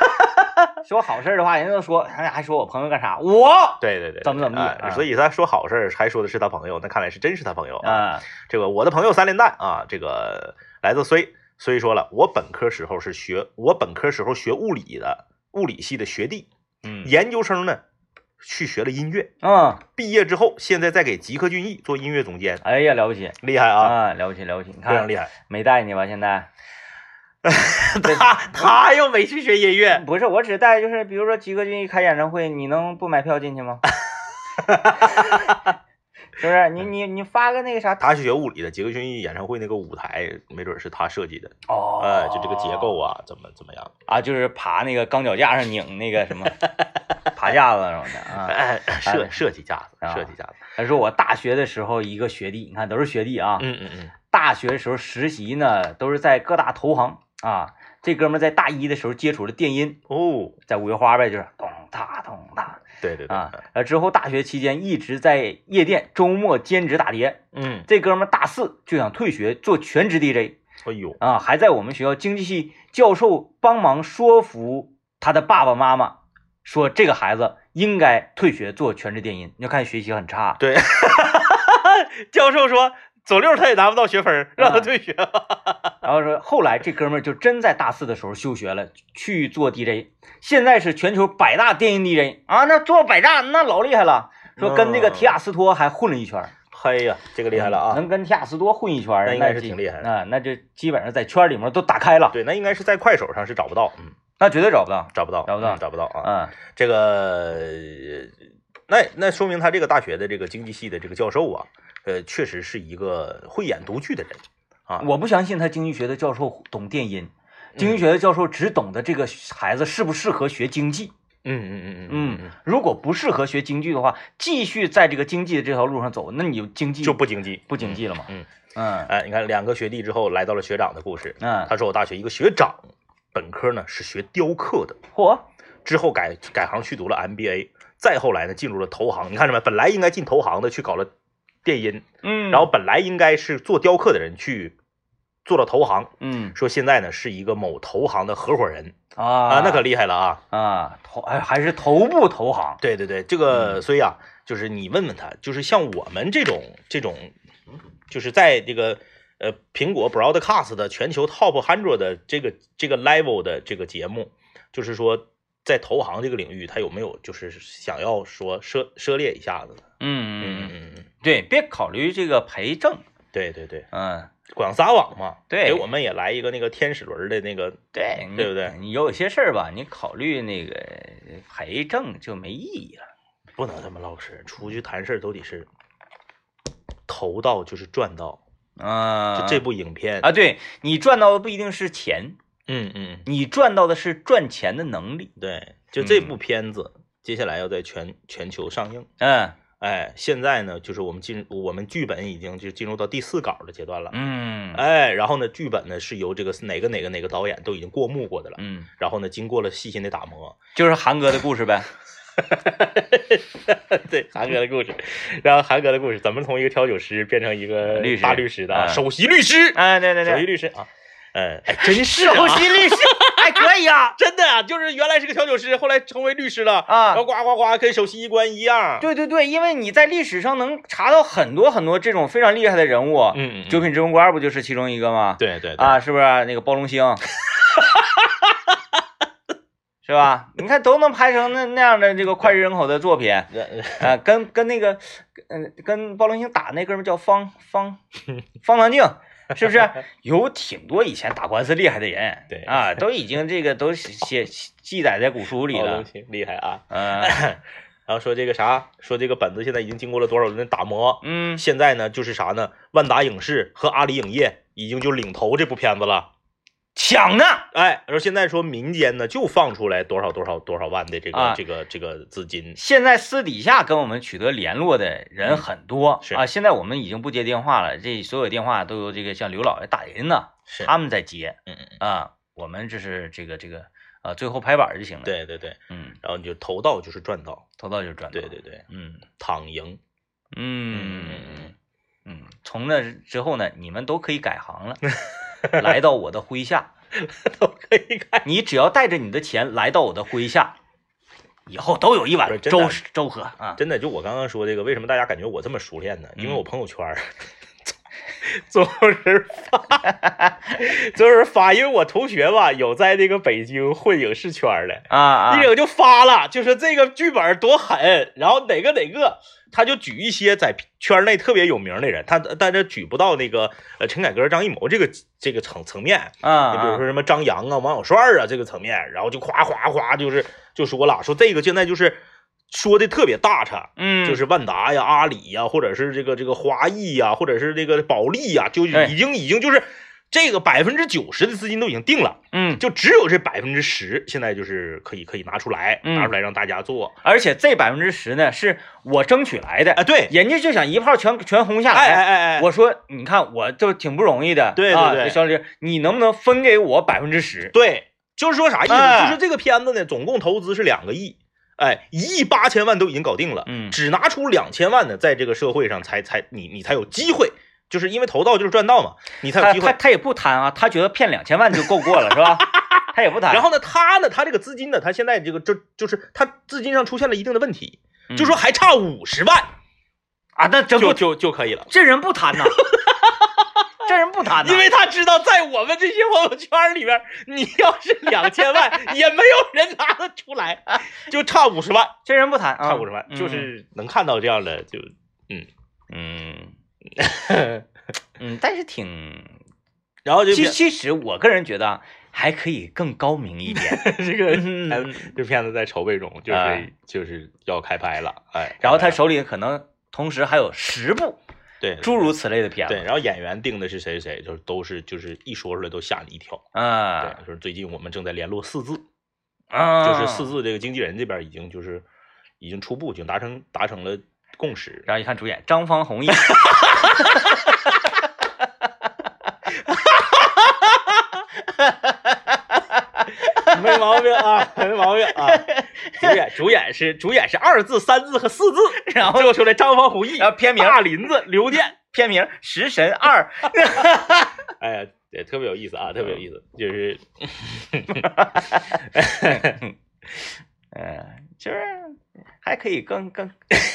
说好事儿的话，人家都说，哎呀，还说我朋友干啥？我
对对对，
怎么怎么地
啊
啊
所以他说好事儿，还说的是他朋友，那看来是真是他朋友啊。
啊，
这个我的朋友三连弹啊，这个来自虽虽说了，我本科时候是学我本科时候学物理的物理系的学弟，
嗯
研究生呢去学了音乐，
嗯，
毕业之后现在在给吉克隽逸做音乐总监，
哎呀，了不起
厉害啊，
啊，了不起了不起，你
非常
看
厉害。
没带你吧？现在
他他又没去学音乐，
不是，我只带就是比如说吉克隽逸开演唱会，你能不买票进去吗？ 是不是？你你你发个那个啥？
他是学物理的，吉克隽逸演唱会那个舞台，没准是他设计的，
哦
哎，就这个结构啊，怎么怎么样，
啊，就是爬那个钢脚架上拧那个什 么爬架子什么的啊。
哎，设
哎
设计架子，
啊
设计架子，
还说我大学的时候一个学弟，你看都是学弟啊，
嗯嗯嗯。
大学的时候实习呢，都是在各大投行啊。这哥们儿在大一的时候接触了电音，
哦，
在五月花呗，就是咚哒咚哒
对对对，
啊。呃，之后大学期间一直在夜店，周末兼职打碟。
嗯，
这哥们儿大四就想退学做全职 DJ
哎呦，
啊，还在我们学校经济系教授帮忙说服他的爸爸妈妈，说这个孩子应该退学做全职电音。你要看学习很 差，
对，教授说走六他也拿不到学分，让他退学 吧。
然后说，后来这哥们儿就真在大四的时候休学了，去做 DJ，现在是全球百大电音 DJ 啊，那做百大那老厉害了。说跟这个提亚斯托还混了一圈儿，
嘿呀，这个厉害了啊！
嗯能跟提亚斯托混一圈儿，
那
那
应该
就
是挺厉害的
啊，那就基本上在圈儿里面都打开了，
对，那应该是在快手上是找不到，嗯，
那绝对找不到。
找不到，
找不到
嗯找不到啊。
嗯
这个，呃那那说明他这个大学的这个经济系的这个教授啊，呃，确实是一个慧眼独具的人啊。嗯
我不相信他经济学的教授懂电音，经济学的教授只懂得这个孩子适不适合学经济。
嗯嗯嗯
嗯
嗯，
如果不适合学经济的话，继续在这个经济的这条路上走，那你就经济
就不经济。
不经济了嘛。
嗯
嗯
哎，你看两个学弟之后来到了学长的故事。
嗯，
他说我大学一个学长，本科呢是学雕刻的，
嚯，
之后改改行去读了 MBA，再后来呢进入了投行。你看着没？本来应该进投行的去搞了电音，
嗯，
然后本来应该是做雕刻的人去做了投行，
嗯
说现在呢是一个某投行的合伙人
啊
啊、那可厉害了啊！
啊投哎还是头部投行，
对对对，
嗯
这个所以啊，就是你问问他，就是像我们这种这种，就是在这个。呃，苹果 Broadcast 的全球 Top 100的这个这个 level 的这个节目，就是说在投行这个领域，他有没有就是想要说涉涉猎一下子的？
嗯嗯嗯，
嗯嗯，
对，别考虑这个培正，
对对对，
嗯，
广撒网嘛，
对
给我们也来一个那个天使轮的那个，
对，哎你
对不对？
你有些事儿吧，你考虑那个培正就没意义了。
不能这么唠嗑，出去谈事儿都得是投到就是赚到。
啊，
就这部影片，
啊，对你赚到的不一定是钱，
嗯嗯，
你赚到的是赚钱的能力。
对，就这
嗯
部片子接下来要在全全球上映。
嗯
哎，现在呢，就是我们进我们剧本已经就进入到第四稿的阶段了。
嗯
哎，然后呢，剧本呢是由这个哪个哪个哪个导演都已经过目过的了，
嗯，
然后呢，经过了细心的 打磨，
就是韩哥的故事呗。
对韩哥的故事，然后韩哥的故事怎么从一个调酒师变成一个
律师
大律师的啊，
嗯
首席律师，
哎，对对
首席
对，
律师 啊，嗯，哎，真是啊
首席律师还可以啊。
真的啊，就是原来是个调酒师，后来成为律师了
啊
然后呱呱呱跟首席一官一样，
对对对，因为你在历史上能查到很多很多这种非常厉害的人物，
嗯，嗯，
九品芝麻官不就是其中一个吗？
对对对，
啊，是不是那个包龙星？是吧？你看都能拍成那那样的这个脍炙人口的作品，啊、
呃
呃跟跟那个，嗯、跟包龙星打那哥们儿叫方方方唐镜，是不是？有挺多以前打官司厉害的人，
对
啊，都已经这个都写写记载在古书里
好
了
东。西厉害啊！
嗯、
然后说这个啥，说这个本子现在已经经过了多少轮的打磨，
嗯，
现在呢就是啥呢？万达影视和阿里影业已经就领头这部片子了。
抢呢
哎，然后现在说民间呢就放出来多少多少多少万的这个、
啊
这个这个资金，
现在私底下跟我们取得联络的人很多、
嗯是
啊，现在我们已经不接电话了，这所有电话都由这个像刘老爷大人呐，
是
他们在接，
嗯嗯
啊，我们这是这个这个啊，最后拍板就行了。，
对对对，
嗯，
然后你就投到就是赚到，
投到就赚到。
对对，对，
嗯
躺赢，
嗯
嗯
嗯嗯，从那之后呢，你们都可以改行 了，来到我的麾下，
都可以看。
你只要带着你的钱来到我的麾下，以后都有一
不是
碗
真的
粥粥喝啊。
真的，就我刚刚说这个，为什么大家感觉我这么熟练呢？因为
嗯
我朋友圈儿 总有人发， 总有人发，因为我同学吧有在那个北京混影视圈儿的，
啊啊
一，整就发了，就说这个剧本多狠，然后哪个哪个，他就举一些在圈内特别有名的人，他但这举不到那个呃陈凯歌、张艺谋这个这个层层面，
啊，
你比如说什么张扬啊、王小帅啊这个层面，然后就夸夸夸就是就说了，说这个现在就是说的特别大叉，
嗯，
就是万达呀、阿里呀，或者是这个这个华谊呀，或者是这个保利呀，就
哎
已经已经就是这个百分之九十的资金都已经定了，
嗯，
就只有这百分之十现在就是可以可以拿出来，
嗯
拿出来让大家做。
而且这百分之十呢是我争取来的，
哎，对，
人家就想一炮全全轰下
哎
来。
哎哎哎，
我说，你看我就挺不容易的，
对对对
啊，小李，你能不能分给我百分之十？
对，就是说啥意思？
哎
就是这个片子呢，总共投资是两个亿。哎，一亿八千万都已经搞定了，
嗯
只拿出两千万呢，在这个社会上才才你你才有机会，就是因为投到就是赚到嘛，你才有
他
机
他
会。
他也不贪啊，他觉得骗两千万就够过了，是 吧？他也不贪。
然后呢，他呢，他这个资金呢，他现在这个就就是他资金上出现了一定的问题，
嗯
就说还差五十万
啊，那真
就
不，
就就可以了，
这人不贪呐，这人不贪呐
因，为他知道在我们这些朋友圈里边，你要是两千 万也没有人拿得出来，就差五十万，
这人不贪啊，
差五十万，
嗯
就是能看到这样 的就
嗯嗯，但是挺，
然后就
其
变
其实我个人觉得啊还可以更高明一点。
这个
嗯
哎 这片子在筹备中，就
哎
是就是要开拍了，哎，
然后他
开拍了
手里可能同时还有十部
对
诸如此类的片子。
对，然后演员定的是谁谁，就是都是就是一说出来都吓你一跳。
嗯，
啊对，就是最近我们正在联络四字，
啊，
就是四，字这个经纪人这边已经就是已经初步已经达成达成了共识，
然后一看主演张方弘毅，
没毛病啊，没毛病 啊。主演主演是主演是二字、三字和四字，
然后
最后呃出来张方弘毅，
然后片名
大林子刘健，
片名《食神二》
哎呀，也特别有意思啊，特别有意思，就是
嗯，就是还可以更更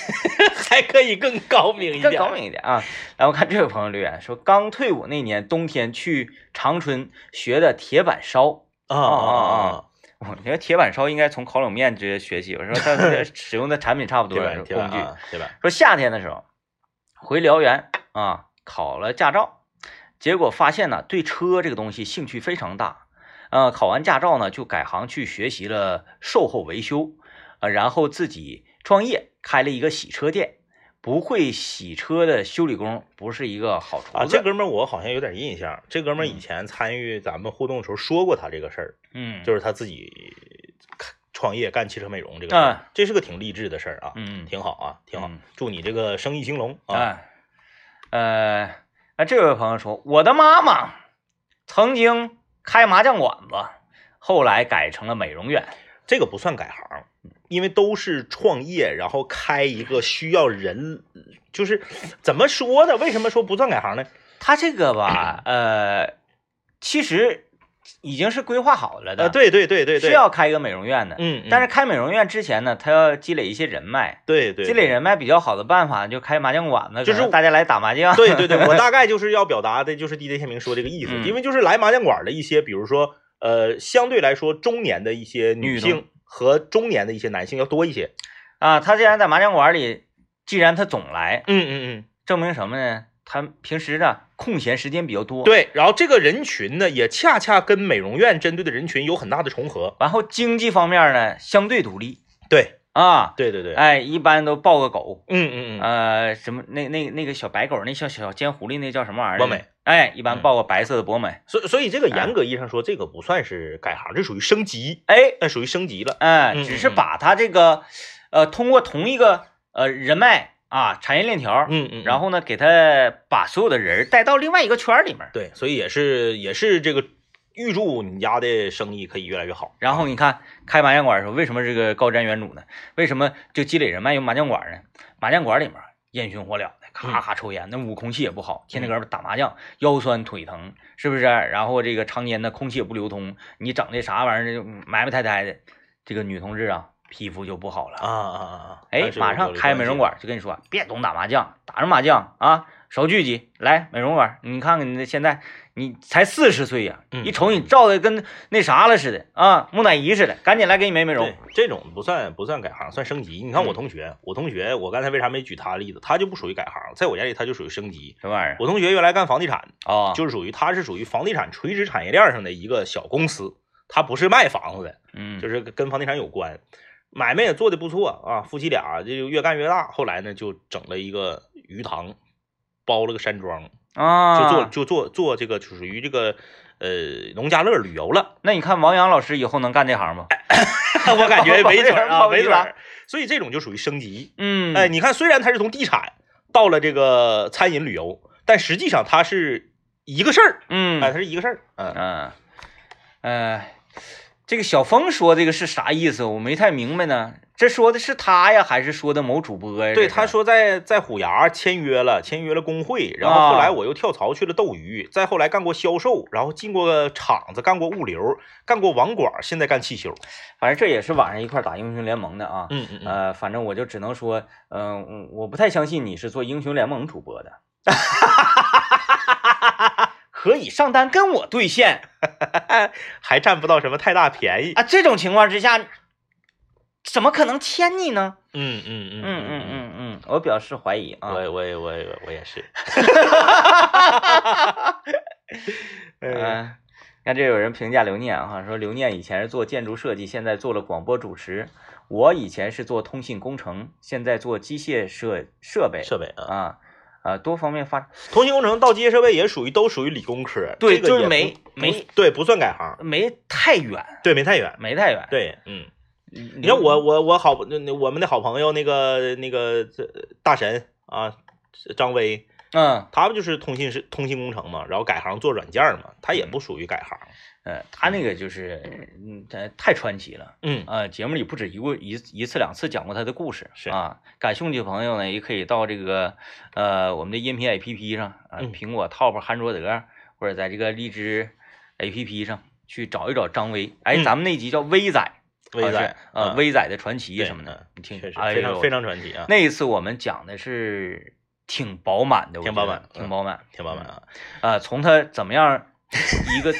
还可以更高明一点，
更高明一点啊。然后看这位朋友留言说，刚退伍那年冬天去长春学的铁板烧。
啊
啊
啊
啊！我觉得铁板烧应该从烤冷面直接学习。我说 它使用的产品差不多
对吧？
是
对吧
工具。？
对吧？
说夏天的时候回辽源啊，考了驾照，结果发现呢对车这个东西兴趣非常大，呃，考完驾照呢就改行去学习了售后维修，呃，然后自己创业开了一个洗车店。不会洗车的修理工不是一个好厨
啊，
子。
这哥们儿我好像有点印象，这哥们儿以前参与咱们互动的时候说过他这个事儿，
嗯，
就是是他自己创业干汽车美容这个事儿，
啊
这是个挺励志的事儿啊，
嗯，
挺好啊，挺好
嗯。
祝你这个生意兴隆啊！
哎，呃，那这位朋友说，我的妈妈曾经开麻将馆子，后来改成了美容院。
这个不算改行，因为都是创业，然后开一个需要人，就是怎么说呢？为什么说不算改行呢？
他这个吧，呃，其实已经是规划好了的，
呃，对对对对对，
是啊要开一个美容院的。
嗯，嗯
但是开美容院之前呢，他要积累一些人脉，
对对
积累。人脉比较好的办法就开麻将馆子，
就是
可能大家来打麻将。
对对对， 我大概就是要表达的就是 DJ 天明说这个意思，
啊嗯
因为就是来麻将馆的一些，比如说呃，相对来说中年的一些
女
女
性
性和中年的一些男性要多一些。
啊，他既然在麻将馆里，既然他总来，
嗯嗯嗯，
证明什么呢？他平时呢空闲时间比较多，，
对，然后这个人群呢，也恰恰跟美容院针对的人群有很大的重合。
然后经济方面呢相对独立
对，
啊，
对对对，
哎，一般都抱个狗，
嗯嗯嗯，
呃，什么那那那个小白狗，那小小尖狐狸，那叫什么玩意儿？
博美，
哎，一般
嗯
抱个白色的博美，
所以所以这个严格意义上说，这个不算是改行，这属于升级，
哎
那属于升级了。
哎，
嗯
只是
嗯嗯
把它这个，呃，通过同一个呃人脉啊产业链条，
嗯嗯，
然后呢给他把所有的人儿带到另外一个圈儿里面儿，
对，所以也是也是这个预祝你家的生意可以越来越好。
然后你看开麻将馆的时候，为什么这个高瞻远瞩呢？为什么就积累人脉用麻将馆呢？麻将馆里面烟熏火燎的，咔咔抽烟，那屋空气也不好，天天搁那打麻将，腰酸腿疼，是不是？然后这个常年呢，空气也不流通，你整这啥玩意儿就埋埋汰汰的，这个女同志啊，皮肤就不好了。
啊啊啊啊！
哎，马上开美容，馆就跟你说，啊别总打麻将，打上麻将啊，少聚集，来美容馆，你看看你这现在，你才四十岁呀、
嗯
一瞅你照的跟那啥了似的啊，木乃伊似的，赶紧来给你美美容
对，这种不算不算改行，算升级。你看
嗯
我同学，我同学，我刚才为啥没举他的例子？他就不属于改行，在我眼里他就属于升级。
什么玩意儿？啊
我同学原来干房地产，
哦，
就是属于他是属于房地产垂直产业链上的一个小公司，他不是卖房子的，
嗯，
就是跟房地产有关，买卖也做的不错啊，夫妻俩这就越干越大，后来呢就整了一个鱼塘，包了个山庄，
啊，
就做就做做这个就属于这个呃农家乐旅游了，
那你看王阳老师以后能干这行
哎
吗？
我感觉没准儿啊，
包了
没
一个
准
房
儿，所以这种就属于升级。
嗯，
哎，，你看，虽然他是从地产到了这个餐饮旅游，但实际上它是一个事儿，
嗯，
哎，它是一个事儿，嗯，
嗯，呃，这个小峰说这个是啥意思？我没太明白呢。这说的是他呀，还是说的某主播呀？
对，
这是
他说在在虎牙签约了，签约了工会，然后后来我又跳槽去了斗鱼，再后来干过销售，然后进过厂子，干过物流，干过网管，现在干汽修。
反正这也是晚上一块儿打英雄联盟的啊。
嗯嗯嗯，
呃，反正我就只能说，嗯、嗯我不太相信你是做英雄联盟主播的。 可以上单跟我对线
还占不到什么太大便宜。
啊！这种情况之下，怎么可能签你呢？
嗯嗯嗯
嗯嗯嗯嗯，我表示怀疑啊。
我也我也我也我也是。嗯
嗯，看这有人评价刘念哈，说刘念以前是做建筑设计，现在做了广播主持；我以前是做通信工程，现在做机械设设备
设备啊，
啊啊，多方面发
通信工程到机械设备也属于都属于理工科，
对
这个
就是
也不
没
不
没
对不算改行，
没太远，
对没太远，
没太远。
对嗯，
你
你看我我我好那那我们的好朋友那个那个这大神啊张威，
嗯
他不就是通信是通信工程嘛，然后改行做软件嘛，他也不属于改行，
呃，他那个就是嗯，他太传奇了。
嗯
啊，节目里不止一过一一次两次讲过他的故事，
是
啊，感兴趣的朋友呢，也可以到这个呃我们的音频 APP 上啊，
嗯
苹果 Top 汉卓德或者在这个荔枝 APP 上去找一找张威，哎，
嗯
咱们那集叫威仔，
威
好像
仔
是呃
嗯
威仔的传奇
对
什么的
嗯，
你听
确实
哎
非常
呦
非常传奇啊，
那一次我们讲的是挺饱满的，我觉
挺饱
得
满
挺
嗯
饱满，
天宝板啊，
呃，从他怎么样一个，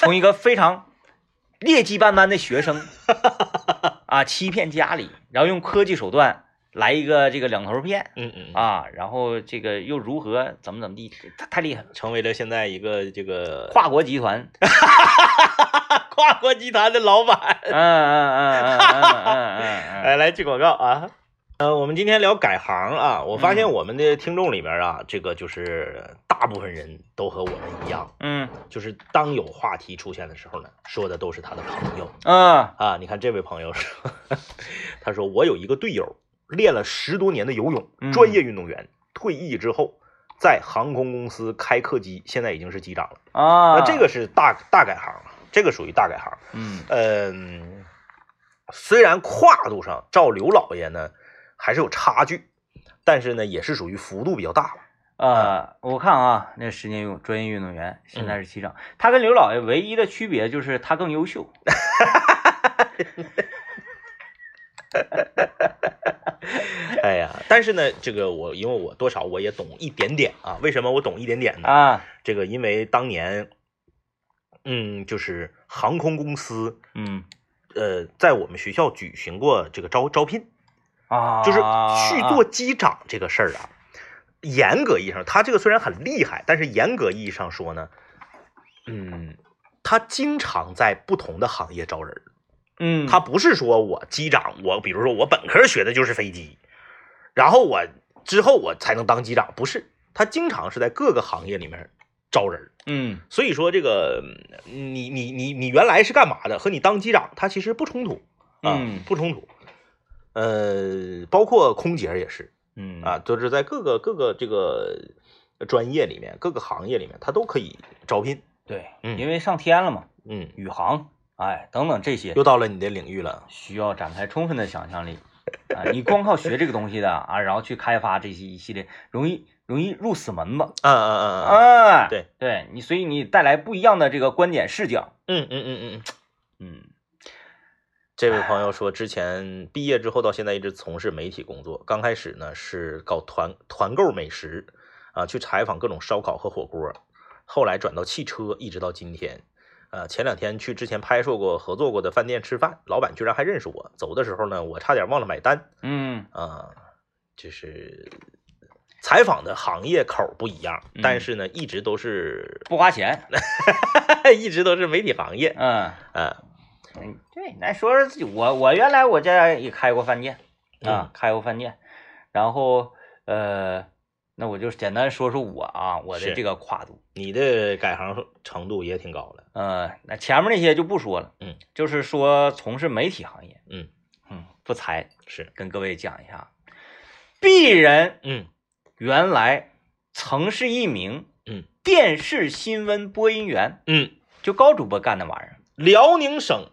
从一个非常劣迹斑斑的学 生啊，欺骗家里，然后用科技手段来一个这个两头骗
嗯嗯嗯，
啊，然后这个又如何怎么怎么地，太太厉害了，
成为了现在一个这个
跨国集团，嗯
跨国集团的老板。
嗯嗯嗯嗯嗯嗯嗯，
哎，来记广告啊。呃，我们今天聊改行啊，我发现我们的听众里面啊，这个就是大部分人都和我们一样，
嗯
就是当有话题出现的时候呢，说的都是他的朋友
嗯，
啊。你看这位朋友说， 他说我有一个队友，练了十多年的游泳，
嗯
专业运动员，退役之后在航空公司开客机，现在已经是机长了。
啊，
那这个是大大改行，这个属于大改行。
嗯
嗯，虽然跨度上照刘老爷呢还是有差距，但是呢也是属于幅度比较大了。
呃，我看啊，那十年运专业运动员现
嗯
在是机长，他跟刘老爷唯一的区别就是他更优秀。
哎呀，但是呢，这个我因为我多少我也懂一点点啊。为什么我懂一点点呢？
啊，
这个因为当年，嗯，就是航空公司
嗯
呃在我们学校举行过这个招招聘，
啊，
就是去做机长这个事儿啊。严格意义上，他这个虽然很厉害，但是严格意义上说呢，嗯，他经常在不同的行业招人儿。
嗯，
他不是说我机长，我比如说我本科学的就是飞机，然后我之后我才能当机长，不是，他经常是在各个行业里面招人儿。
嗯
所以说这个嗯你你你你原来是干嘛的，和你当机长他其实不冲突啊，
嗯
不冲突。呃，包括空姐也是
嗯
啊，就是在各个各个这个专业里面、各个行业里面，他都可以招聘。
对，
嗯
因为上天了嘛，
嗯，
宇航，哎，等等这些
又到了你的领域了。
需要展开充分的想象力啊！你光靠学这个东西的啊，然后去开发这些一系列，容易容易入死门子。
嗯嗯嗯嗯
哎，
对
对，你所以你带来不一样的这个观点视角。
嗯嗯嗯嗯嗯。
嗯，
这位朋友说，之前毕业之后到现在一直从事媒体工作。刚开始呢是搞团团购美食，啊，去采访各种烧烤和火锅。后来转到汽车，一直到今天。呃，前两天去之前拍摄过、合作过的饭店吃饭，老板居然还认识我。走的时候呢，我差点忘了买单。
嗯
啊，就是采访的行业口儿不一样，但
嗯
是呢，一直都是，
不花钱。
一直都是媒体行业。
嗯，
嗯
嗯对，来说说自己，我我原来我家也开过饭店啊
嗯，
开过饭店，然后呃，那我就简单说说我啊，我的
是
这个跨度。
你的改行程度也挺高的。
呃，那前面那些就不说了，
嗯，
就是说从事媒体行业，
嗯
嗯，不才
是，
跟各位讲一下，鄙人
嗯。
原来曾是一名
嗯
电视新闻播音员，
嗯，
就高主播干那玩意儿。
辽宁省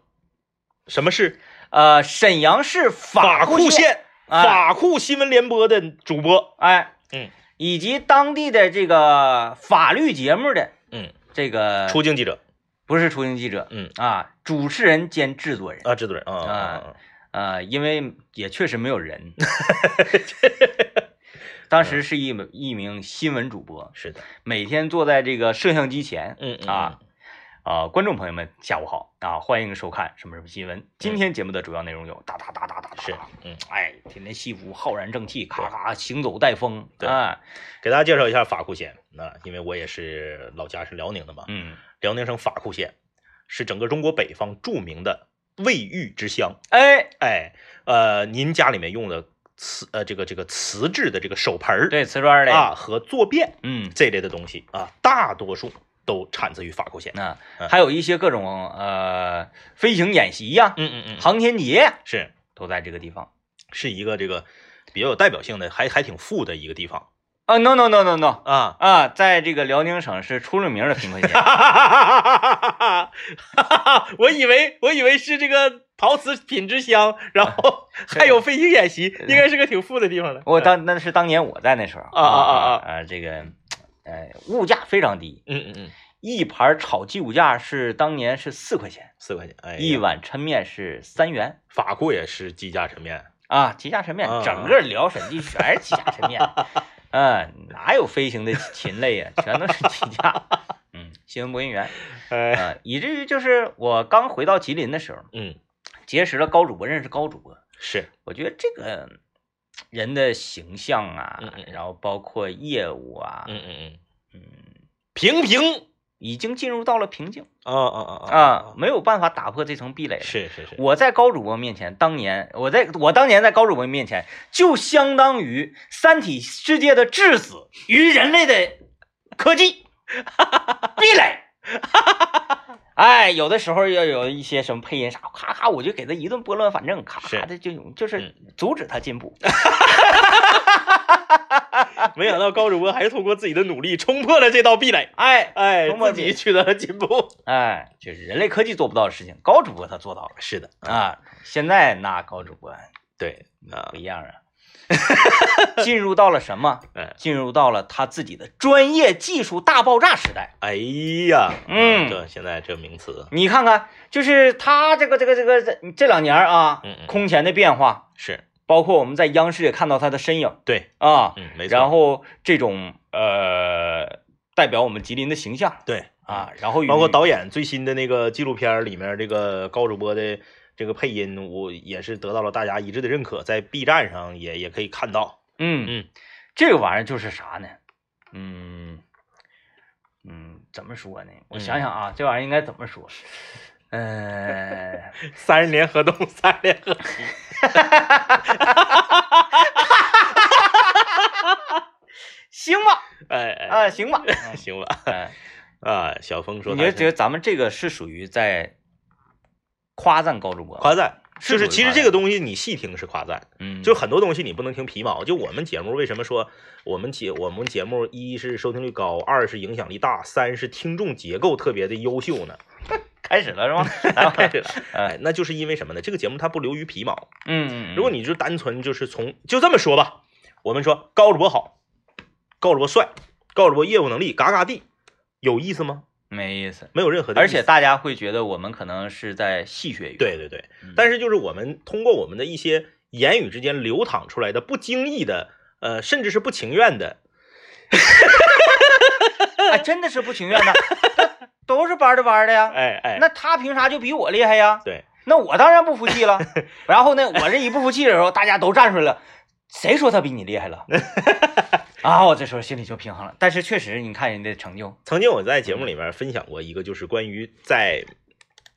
什么市？
呃，沈阳市法
库
县，
县
哎
法库新闻联播的主播。
哎，
嗯，
以及当地的这个法律节目的
嗯，
这个
出境记者
不是出行记者，
嗯
啊，主持人兼制作人，
啊，制作人啊
啊
啊啊，
呃，因为也确实没有 人，当时是一名一名新闻主播，
是的，
每天坐在这个摄像机前，
嗯嗯
啊，啊、观众朋友们下午好啊，欢迎收看什么什么新闻。今天节目的主要内容有哒哒哒哒哒哒，
嗯是，嗯，
哎，天天西服浩然正气，咔咔行走带风，
对
啊，
给大家介绍一下法库县啊，因为我也是老家是辽宁的嘛，
嗯，
辽宁省法库县是整个中国北方著名的卫浴之乡。
哎，
哎，呃，您家里面用的瓷呃这个这个瓷质的这个手盆儿
对，瓷砖的，
啊和坐便
嗯，
这类的东西啊，大多数都产自于法库县。
那、
嗯
还有一些各种呃飞行演习呀、
嗯嗯嗯，
航天节呀
是
都在这个地方。
是一个这个比较有代表性的，还还挺富的一个地方
啊，no no no no no
啊。。
啊，在这个辽宁省是出了名的贫困县
哈哈哈哈哈哈！我以为我以为是这个陶瓷品质香，然后 还有飞行演习，应该是个挺富的地方了。
我当那是当年我在那时候
啊啊啊
啊
啊
啊，这个呃物价非常低，
嗯嗯嗯，
一盘炒鸡骨架是当年是四块钱，
四块钱，哎呀，
一碗抻面是三元
法国也是鸡架抻面，
啊，鸡架抻面
啊，
整个辽沈地全是鸡架抻面，嗯，哪有飞行的禽类呀，全都是鸡架。嗯，新闻播音员啊、
哎，
以至于就是我刚回到吉林的时候，
嗯，
结识了高主播，认识高主播，
是，
我觉得这个人的形象啊，
嗯嗯嗯
然后包括业务啊，
嗯嗯嗯，
嗯
平平，
已经进入到了瓶颈
啊啊啊
啊，，没有办法打破这层壁垒了。
是是是，
我在高主播面前，当年我在我当年在高主播面前，就相当于三体世界的质子与人类的科 技壁垒。哎，有的时候要有一些什么配音啥，咔咔，我就给他一顿拨乱反正，咔咔
是
的就就是
嗯
阻止他进步。
没想到高主播还是通过自己的努力冲破了这道壁垒，
哎
哎，
冲破
自
壁垒
己取得了进步。
哎，就是人类科技做不到的事情，高主播他做到了
是的，
啊。现在那高主播
对啊
不，一样啊， 进入到了什么？
哎
进入到了他自己的专业技术大爆炸时代。
哎呀，啊
嗯
这现在这名词
你看看，就是他这个这个这个这这两年啊
嗯，嗯
空前的变化，
是
包括我们在央视也看到他的身影
对，
啊，
嗯，没错，
然后这种呃代表我们吉林的形象
对，
啊，然后与
嗯包括导演最新的那个纪录片里面，这个高主播的这个配音，我也是得到了大家一致的认可，在 B 站上也也可以看到。
嗯
嗯，
这个玩意儿就是啥呢？嗯嗯，怎么说呢？我想
嗯
想啊，这玩意儿应该怎么说？ 呃，
三人联合动，三人联合西。
行吧，
哎哎，
啊， 行吧，
行吧。
哎，
啊，小峰说
你
他，
就是觉得咱们这个是属于在夸赞高主播？
夸赞，
是
就是
属于
其
夸赞
实这个东西你细听是夸赞，
嗯，
就很多东西你不能听皮毛。就我们节目为什么说我们节我们节目一是收听率高，二是影响力大，三是听众结构特别的优 秀呢？
开始了是吗？
开始了，哎，那就是因为什么呢？这个节目它不流于皮毛。
嗯，
如果
你
你就单纯就是从就这么说吧，我们说高主播好，高主播帅，高主播业务能力嘎嘎地，有意思吗？
没意思，
没有任何的意
而
思，
且大家会觉得我们可能是在戏谑语。，
对对对，
嗯
但是就是我们通过我们的一些言语之间流淌出来的不经意的，呃，甚至是不情愿的，
哎，真的是不情愿的，那都是班儿的班儿的呀。
哎哎，
那他凭啥就比我厉害呀？
对，
那我当然不服气 了。然后呢，我这一不服气的时候，大家都站出来了，谁说他比你厉害 了？啊，我这时候心里就平衡了。但是确实，你看人家成就，
曾经我在
嗯
节目里面分享过一个，就是关于在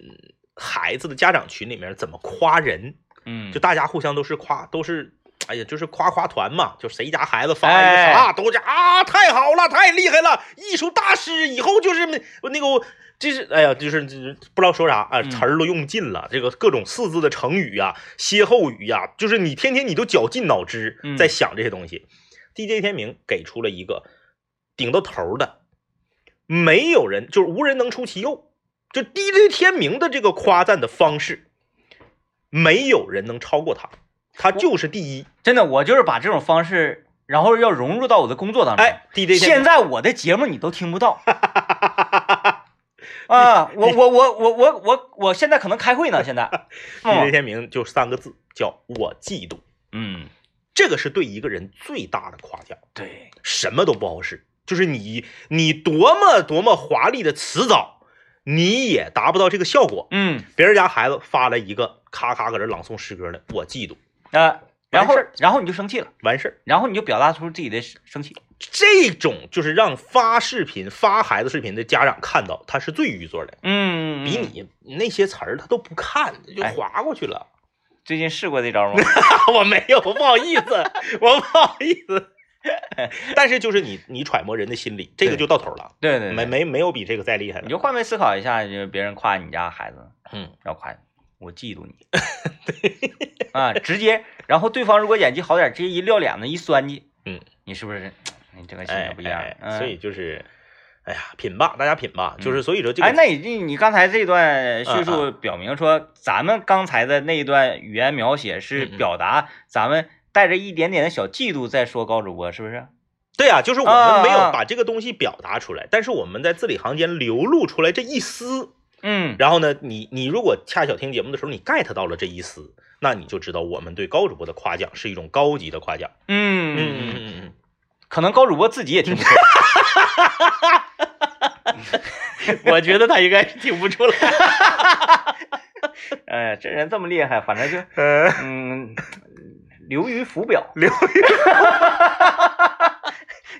嗯孩子的家长群里面怎么夸人，
嗯
就大家互相都是夸，都是。哎呀，就是夸夸团嘛，就谁家孩子发一个
哎
啥，都是啊，太好了，太厉害了，艺术大师，以后就是那个，就是哎呀，就是就是不知道说啥啊，
嗯
词儿都用尽了，这个各种四字的成语啊呀、歇后语呀、就是你天天你都绞尽脑汁
嗯
在想这些东西。DJ 天明给出了一个顶到头的，没有人就是无人能出其右，就 DJ 天明的这个夸赞的方式，没有人能超过他，他就是第一。
真的，我就是把这种方式，然后要融入到我的工作当中。
哎，DJ 天
现
明
在我的节目你都听不到。啊，我我我我我我我现在可能开会呢，现 在。
，DJ
嗯
天明就三个字叫我嫉妒，
嗯，
这个是对一个人最大的夸奖，
对，
什么都不好使，就是你你多么多么华丽的辞藻，你也达不到这个效果。
嗯
别人家孩子发了一个咔咔搁这朗诵诗歌呢，我嫉妒，
啊，然后
完事儿
然后你就生气了。
完事儿。
然后你就表达出自己的生气。
这种就是让发视频、发孩子视频的家长看到，他是最愚作的，
嗯
比你那些词儿他都不看，就
哎
划过去了。
最近试过这招吗？
我没有，我不好意思， 我不好意思。 但是就是你，你揣摩人的心理，这个
对
就到头了，
对对对，
没没没有比这个再厉害
你就
的。
换位思考一下，就是别人夸你家孩子，
嗯，
然后夸你我嫉 妒你，啊，直接，然后对方如果演技好点，直接一撂脸子一酸你，
嗯，
你是不是你这个心
哎
情不一样？
哎
嗯
所以就是，哎呀，品吧，大家品吧，
嗯
就是所以说这
哎，
个，嗯
那你你刚才这段叙述表明说，咱们刚才的那一段语言描写是
嗯嗯
表达咱们带着一点点的小嫉妒在说高主播，是不是？
对呀、就是我
啊
们没有
啊
把这个东西表达出来，但是我们在字里行间流露出来这一丝，
嗯，
然后呢，你你如果恰巧听节目的时候你 get 到了这一丝，那你就知道我们对高主播的夸奖是一种高级的夸奖。
嗯
嗯
可能高主播自己也听 不出来。
嗯，我觉得他应该是听不出来。
哎呀，这人这么厉害，反正就
呃，
嗯，流于浮表。
刘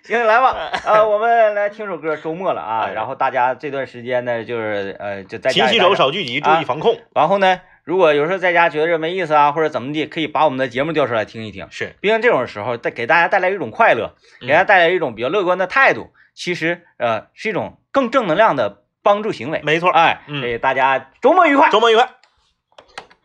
行，来 吧，呃，我们来听首歌，周末了啊，
哎
然后大家这段时间呢，就是呃，就在家里
勤洗
待
手，
着，
少聚集，注
啊
意防控。
然后呢，如果有时候在家觉得没意思啊，或者怎么地，可以把我们的节目调出来听一听。
是，
毕竟这种时候带给大家带来一种快乐，
嗯
给大家带来一种比较乐观的态度，其实呃是一种更正能量的帮助行为。
没错。
哎，
嗯
所以大家周末愉快。
周末愉快。